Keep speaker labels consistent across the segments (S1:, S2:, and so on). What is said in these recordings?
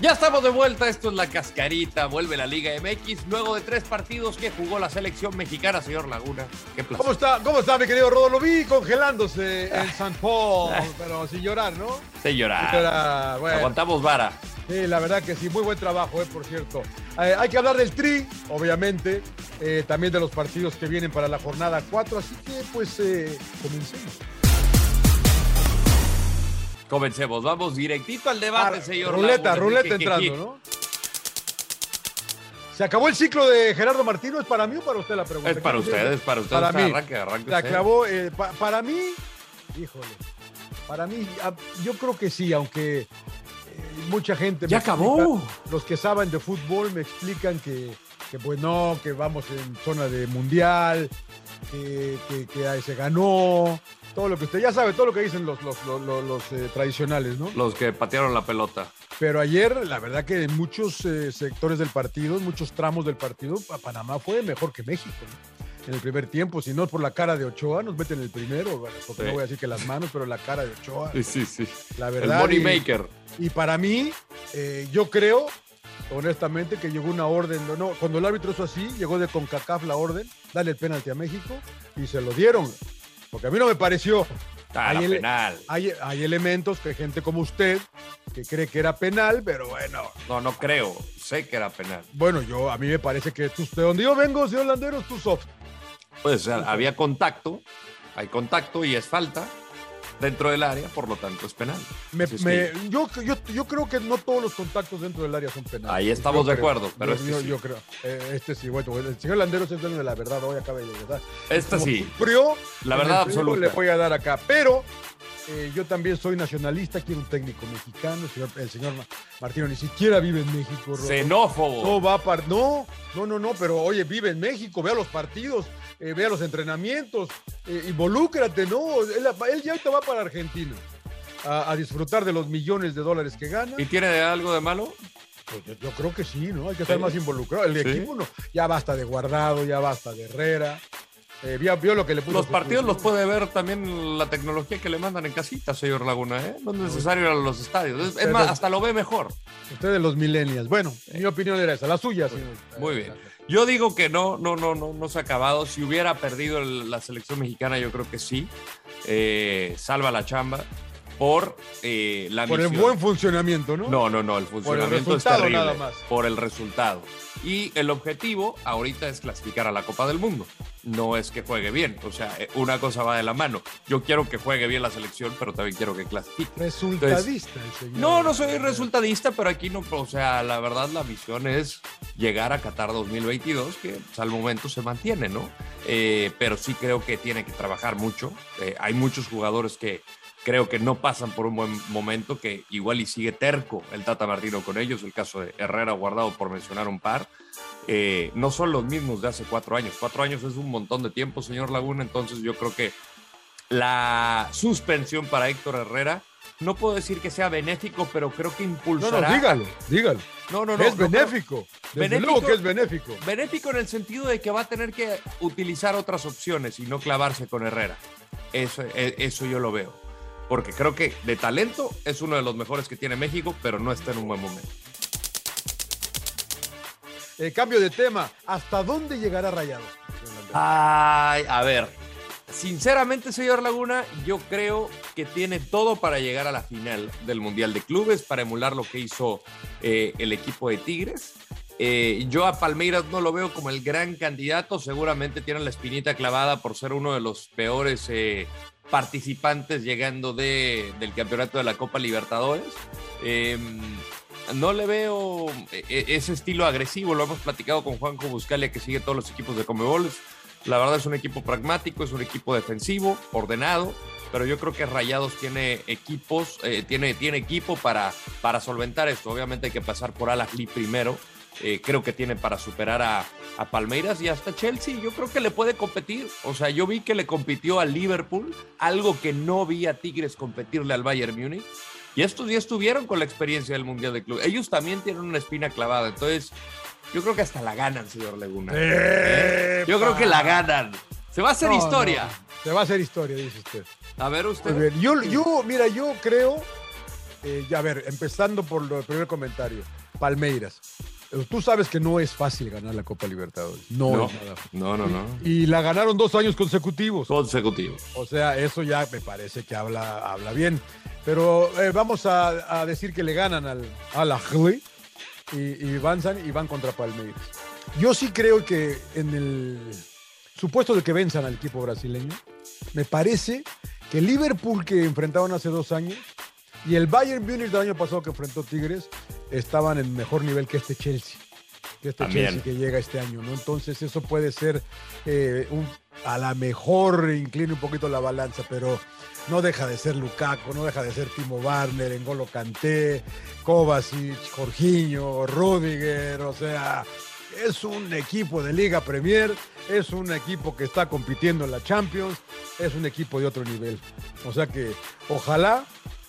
S1: Ya estamos de vuelta, esto es la cascarita, vuelve la Liga MX luego de tres partidos que jugó la selección mexicana, señor Laguna. Qué placer.
S2: ¿Cómo está? ¿Cómo está, mi querido Rodo? Lo vi congelándose en San Paul, pero sin llorar, ¿no?
S1: Se llora.
S2: Sin llorar, bueno.
S1: Aguantamos vara.
S2: Sí, la verdad que sí, muy buen trabajo, eh, por cierto. Eh, hay que hablar del tri, obviamente, eh, también de los partidos que vienen para la jornada 4, así que pues eh, comencemos.
S1: Comencemos, vamos directito al debate,
S2: Ah,
S1: señor Laguna.
S2: ruleta, ruleta
S1: Jijiji.
S2: entrando, ¿no? ¿Se acabó el ciclo de Gerardo Martino? ¿Es para mí o para usted la pregunta?
S1: Es para
S2: ¿Qué
S1: ustedes,
S2: piensa?
S1: es para ustedes.
S2: Para mí.
S1: Arranque, arranque
S2: La
S1: usted.
S2: clavó, eh, pa- para mí, híjole, para mí, a- yo creo que sí, aunque eh, mucha gente...
S1: Ya
S2: me
S1: acabó.
S2: explica- los que saben de fútbol me explican que, que pues no, que vamos en zona de mundial, que, que- que ahí se ganó, todo lo que usted ya sabe, todo lo que dicen los, los, los, los- los, eh, tradicionales, ¿no?
S1: Los que patearon la pelota.
S2: Pero ayer, la verdad que en muchos eh, sectores del partido, en muchos tramos del partido, Pa- Panamá fue mejor que México. ¿no? En el primer tiempo, si no por la cara de Ochoa, nos meten el primero, bueno, porque
S1: Sí.
S2: no voy a decir que las manos, pero la cara de Ochoa,
S1: Sí, sí, sí.
S2: la
S1: El
S2: verdad.
S1: money
S2: y-
S1: maker.
S2: y para mí, eh, yo creo, honestamente, que llegó una orden. No, no, cuando el árbitro hizo así, llegó de CONCACAF la orden, dale el penalti a México, y se lo dieron. Porque a mí no me pareció.
S1: Ah, la
S2: Ahí el-
S1: penal.
S2: Hay, hay elementos que gente como usted que cree que era penal, pero bueno.
S1: No, no creo. Sé que era penal.
S2: Bueno, yo a mí me parece que tú, de donde yo vengo, señor Landero, es tu soft.
S1: Pues o sea, había contacto, hay contacto y es falta dentro del área, por lo tanto es penal.
S2: Me-
S1: Así es
S2: me-
S1: que
S2: yo, yo, yo creo que no todos los contactos dentro del área son penales.
S1: Ahí
S2: Yo
S1: estamos de
S2: creo.
S1: acuerdo, pero
S2: yo,
S1: este
S2: yo-
S1: sí.
S2: yo creo. Eh, este sí, bueno, el señor Landero es el dueño de la verdad, hoy acaba de llegar.
S1: Esta
S2: Como
S1: Este sí,
S2: sufrió,
S1: la
S2: en el
S1: verdad
S2: frío
S1: absoluta.
S2: Le voy a dar acá, pero eh, yo también soy nacionalista, quiero un técnico mexicano, el señor, el señor Ma- Martino ni siquiera vive en México. Rodo.
S1: Xenófobo.
S2: No va para. No, no, no, no, pero oye, vive en México, vea los partidos, eh, vea los entrenamientos, eh, involúcrate, ¿no? Él, él ya ahorita va para Argentina a, a disfrutar de los millones de dólares que gana.
S1: ¿Y tiene algo de malo?
S2: Pues yo, yo creo que sí, ¿no? Hay que estar
S1: Sí.
S2: más involucrado. El
S1: Sí.
S2: equipo no. Ya basta de Guardado, ya basta de Herrera. Eh, vio, vio lo que le puso.
S1: Los
S2: su-
S1: partidos
S2: su-
S1: los puede ver también la tecnología que le mandan en casita, señor Laguna. ¿eh? No es necesario ir a los estadios. Es, es más, hasta lo ve mejor.
S2: Ustedes los millennials. Bueno, mi opinión era esa, la suya, señor.
S1: Pues, Muy bien. Yo digo que no, no, no, no, no se ha acabado. Si hubiera perdido el- la selección mexicana, yo creo que sí. Eh, salva la chamba por eh, la
S2: Por el
S1: misión.
S2: buen funcionamiento, ¿no?
S1: No, no, no, el funcionamiento es
S2: resultado
S1: terrible.
S2: nada más.
S1: Por el resultado. Y el objetivo ahorita es clasificar a la Copa del Mundo. No es que juegue bien. O sea, eh, una cosa va de la mano. Yo quiero que juegue bien la selección, pero también quiero que clasifique.
S2: Resultadista el señor.
S1: No, no soy resultadista, pero aquí no. O sea, la verdad, la misión es llegar a Qatar 2022, que pues, al momento se mantiene, ¿no? Eh, pero sí creo que tiene que trabajar mucho. Eh, hay muchos jugadores que creo que no pasan por un buen momento, que igual y sigue terco el Tata Martino con ellos. El caso de Herrera Guardado, por mencionar un par. Eh, no son los mismos de hace cuatro años. Cuatro años es un montón de tiempo, señor Laguna. Entonces yo creo que la suspensión para Héctor Herrera no puedo decir que sea benéfico, pero creo que
S2: No,
S1: impulsará.
S2: no, dígalo, dígalo.
S1: No, no, no,
S2: es
S1: no,
S2: benéfico. Desde
S1: Benéfico.
S2: luego que es benéfico.
S1: pero- benéfico en el sentido de que va a tener que utilizar otras opciones y no clavarse con Herrera. Eso, e- eso yo lo veo. Porque creo que de talento es uno de los mejores que tiene México, pero no está en un buen momento.
S2: Eh, cambio de tema. ¿Hasta dónde llegará Rayado?
S1: Ah, Ay, a ver. Sinceramente, señor Laguna, yo creo que tiene todo para llegar a la final del Mundial de Clubes, para emular lo que hizo eh, el equipo de Tigres. Eh, yo a Palmeiras no lo veo como el gran candidato, seguramente tiene la espinita clavada por ser uno de los peores eh, participantes llegando de- del campeonato de la Copa Libertadores. Em, no le veo eh, eh, ese estilo agresivo. Lo hemos platicado con Juanjo Buscalia, que sigue todos los equipos de Comebol. La verdad es un equipo pragmático, es un equipo defensivo, ordenado. pero yo creo que Rayados tiene equipos, eh, tiene, tiene equipo para, para solventar esto. Obviamente hay que pasar por Al-Ahly primero. Eh, creo que tiene para superar a, a Palmeiras y hasta Chelsea. Yo creo que le puede competir. O sea, yo vi que le compitió al Liverpool, algo que no vi a Tigres competirle al Bayern Múnich. Y estos ya estuvieron con la experiencia del Mundial de Club. Ellos también tienen una espina clavada. Entonces, yo creo que hasta la ganan, señor Laguna. ¿Eh? Yo creo que la ganan. Se va a hacer
S2: No,
S1: historia.
S2: no, se va a hacer historia, dice usted.
S1: A ver
S2: Muy
S1: usted.
S2: bien. Yo, yo, mira, yo creo, eh, ya a ver, empezando por lo- el primer comentario, Palmeiras. Eh, Tú sabes que no es fácil ganar la Copa Libertadores. No,
S1: No,
S2: es nada fácil.
S1: no, no. no.
S2: Y la ganaron dos años consecutivos.
S1: Consecutivos.
S2: O sea, eso ya me parece que habla, habla bien. Pero eh, vamos a, a decir que le ganan al, al Ahly y, y avanzan y van contra Palmeiras. Yo sí creo que en el supuesto de que venzan al equipo brasileño, me parece que Liverpool que enfrentaron hace dos años y el Bayern Múnich del año pasado que enfrentó Tigres estaban en mejor nivel que este Chelsea. Que este
S1: También.
S2: Chelsea que llega este año, ¿no? Entonces eso puede ser eh, un- a la mejor inclina un poquito la balanza, pero no deja de ser Lukaku, no deja de ser Timo Warner, Engolo Kanté, Kovacic, Jorginho, Rudiger, o sea, es un equipo de Liga Premier, es un equipo que está compitiendo en la Champions, es un equipo de otro nivel. O sea que ojalá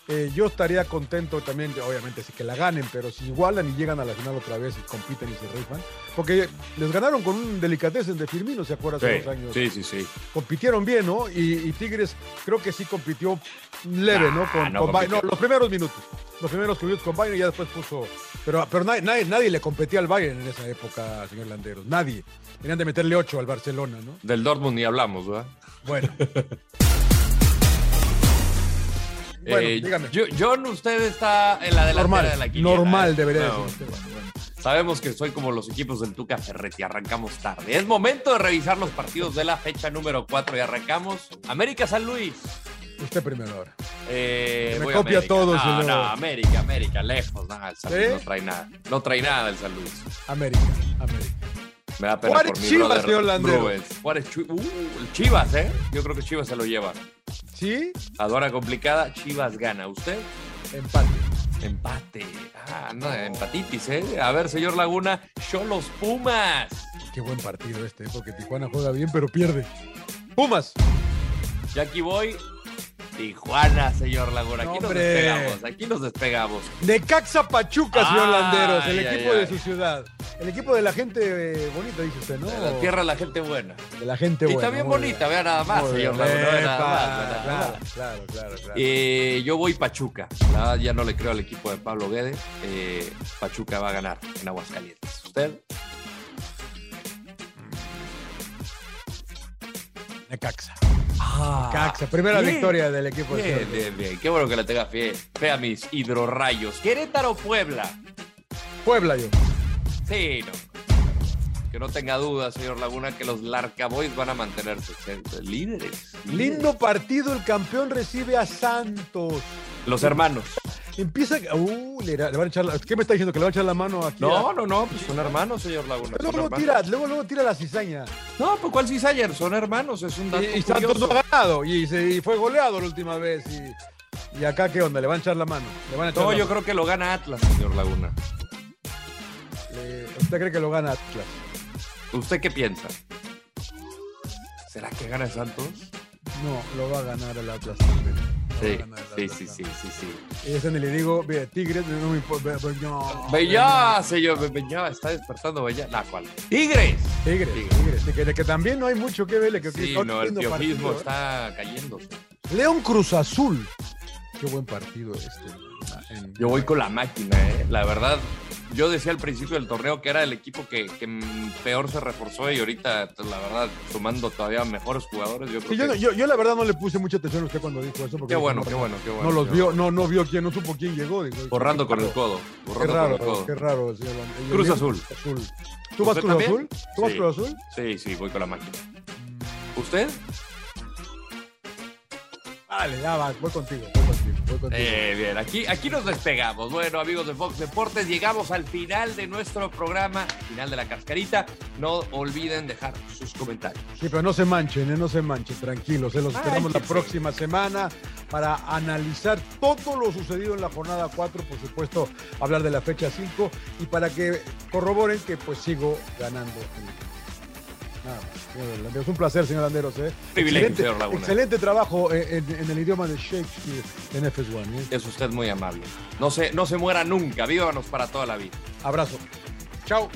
S2: eh, yo estaría contento también, de- obviamente, si que la ganen, pero si igualan y llegan a la final otra vez y compiten y se rifan, porque les ganaron con un delicatez de Firmino, ¿se acuerdan? Hace unos años.
S1: Sí, sí, sí.
S2: Compitieron bien, ¿no? Y, y Tigres creo que sí compitió leve, ¿no? Con,
S1: Ah, no
S2: con Bayern.
S1: compitió.
S2: No, los primeros minutos. Los primeros minutos con Bayern y ya después puso. Pero, pero nadie, nadie, nadie le competía al Bayern en esa época, señor Landeros. Nadie. Tenían de meterle 8 al Barcelona, ¿no?
S1: Del Dortmund ni hablamos, ¿verdad?
S2: Bueno. bueno,
S1: Eh,
S2: dígame.
S1: yo- John, usted está en la delantera de la
S2: normal,
S1: quiniela. ¿eh?
S2: normal debería
S1: No,
S2: decir. Esteban. Bueno.
S1: Sabemos que soy como los equipos del Tuca Ferretti, arrancamos tarde. Es momento de revisar los partidos de la fecha número 4 y arrancamos. América San Luis.
S2: Usted primero ahora.
S1: Eh,
S2: Que me
S1: voy
S2: copia
S1: América.
S2: todo,
S1: No,
S2: señor. ¿Eh?
S1: no, América, América, lejos. Nada, el San Luis
S2: ¿Sí?
S1: no trae nada. No trae nada el San Luis.
S2: América. América.
S1: Me da pena
S2: Juárez
S1: por mi
S2: Chivas,
S1: brother
S2: señor Landero.
S1: Bruins. Juárez Chi- uh, el Chivas, ¿eh? Yo creo que Chivas se lo lleva.
S2: Sí,
S1: Adora complicada, Chivas gana. ¿Usted?
S2: empate.
S1: Empate. Ah, no, empatitis, ¿eh? A ver, señor Laguna, yo los Pumas.
S2: Qué buen partido este, porque Tijuana juega bien, pero pierde. Pumas.
S1: Ya aquí voy. Tijuana, señor Laguna. Aquí
S2: ¡Hombre!
S1: nos despegamos. Aquí nos despegamos.
S2: Necaxa Pachuca, señor
S1: Ay,
S2: Landeros, el
S1: ay,
S2: equipo
S1: ay.
S2: de su ciudad. El equipo de la gente eh, bonita, dice usted, ¿no?
S1: De la tierra de la gente buena.
S2: de la gente
S1: y
S2: buena,
S1: está bien
S2: Oh. muy
S1: bonita,
S2: bien.
S1: vea nada más,
S2: Muy
S1: señor
S2: bien.
S1: Laguna. vea nada
S2: Epa,
S1: más, vea nada más.
S2: Claro, claro, claro. claro.
S1: Eh, yo voy Pachuca. La verdad, ya no le creo al equipo de Pablo Guedes. Eh, Pachuca va a ganar en Aguascalientes. ¿Usted?
S2: Necaxa.
S1: Ah,
S2: Necaxa, primera
S1: bien,
S2: victoria del equipo de
S1: Pues, Bien,
S2: Señor Landeros.
S1: bien, bien. Qué bueno que la tenga fe. Fe a mis hidrorrayos. Querétaro, Puebla.
S2: Puebla, yo.
S1: Sí, no. Que no tenga duda, señor Laguna, que los Larcaboys van a mantenerse eh, líderes.
S2: Lindo partido, el campeón recibe a Santos.
S1: Los hermanos.
S2: Empieza. Uh, le, le van a echar la- ¿Qué me está diciendo? ¿Que le va a echar la mano aquí?
S1: No,
S2: a-
S1: no, no, pues son hermanos, señor Laguna.
S2: Luego,
S1: son
S2: luego,
S1: hermanos.
S2: tira, luego, luego tira la cizaña.
S1: No, pues ¿cuál cizayer? Son hermanos, es un dato
S2: Y, y Santos
S1: curioso.
S2: no ha ganado. Y, se- y fue goleado la última vez. Y, y acá, ¿qué onda? ¿Le van a echar la mano? ¿Le van a echar
S1: No,
S2: la
S1: yo
S2: mano?
S1: creo que lo gana Atlas, señor Laguna.
S2: Eh, ¿Usted cree que lo gana Atlas?
S1: ¿Usted qué piensa? ¿Será que gana Santos?
S2: No, lo va a ganar el Atlas también. Lo va a
S1: Sí,
S2: ganar el
S1: sí,
S2: Atlas
S1: sí, sí,
S2: también.
S1: sí, sí.
S2: Y ese ni le digo, mire, Tigres, no me importa. ve- ve- no,
S1: Bellá, señor, Bellá, está despertando Bellá. La cual. ¡Tigres!
S2: ve- Tigres,
S1: Tigres.
S2: Tigres. De que, de que también no hay mucho que verle. Que que-
S1: Sí,
S2: otro
S1: no, el
S2: lindo partido,
S1: piofismo
S2: ¿eh?
S1: está cayéndose.
S2: León Cruz Azul. Qué buen partido este. en-
S1: Yo voy con la máquina, ¿eh? La verdad, yo decía al principio del torneo que era el equipo que, que, mm, peor se reforzó y ahorita, pues, la verdad, sumando todavía mejores jugadores, yo creo
S2: Sí, yo,
S1: que...
S2: no- yo, yo la verdad no le puse mucha atención a usted cuando dijo eso. Porque
S1: Qué
S2: dije,
S1: bueno,
S2: no,
S1: qué
S2: no,
S1: bueno, qué bueno.
S2: No los
S1: señor.
S2: vio, no, no vio quién, no supo quién llegó. dijo,
S1: Borrando con el
S2: qué
S1: codo.
S2: Qué
S1: Borrando con el
S2: raro,
S1: codo.
S2: qué raro. señor León.
S1: Cruz
S2: León
S1: Azul.
S2: Azul. ¿Tú vas
S1: ¿Usted
S2: Cruz
S1: también?
S2: Azul? ¿Tú vas
S1: Sí.
S2: Cruz Azul?
S1: Sí, sí, voy con la máquina. ¿Usted?
S2: Dale, ya vas, voy contigo, voy contigo, voy contigo.
S1: Eh, bien, aquí, aquí nos despegamos. Bueno, amigos de Fox Deportes, llegamos al final de nuestro programa, final de la cascarita. No olviden dejar sus comentarios.
S2: Sí, pero no se manchen, eh, no se manchen, tranquilos. Se los esperamos la
S1: Mánchense.
S2: próxima semana para analizar todo lo sucedido en la jornada 4, por supuesto, hablar de la fecha 5 y para que corroboren que pues sigo ganando. Nada más, señor Landeros. Es un placer, señor Landeros. ¿eh?
S1: Privilegio,
S2: excelente,
S1: señor Laguna.
S2: excelente trabajo eh, en, en el idioma de Shakespeare en FS1. ¿eh?
S1: Es usted muy amable. No se, no se muera nunca. Vívanos para toda la vida.
S2: Abrazo. Chao.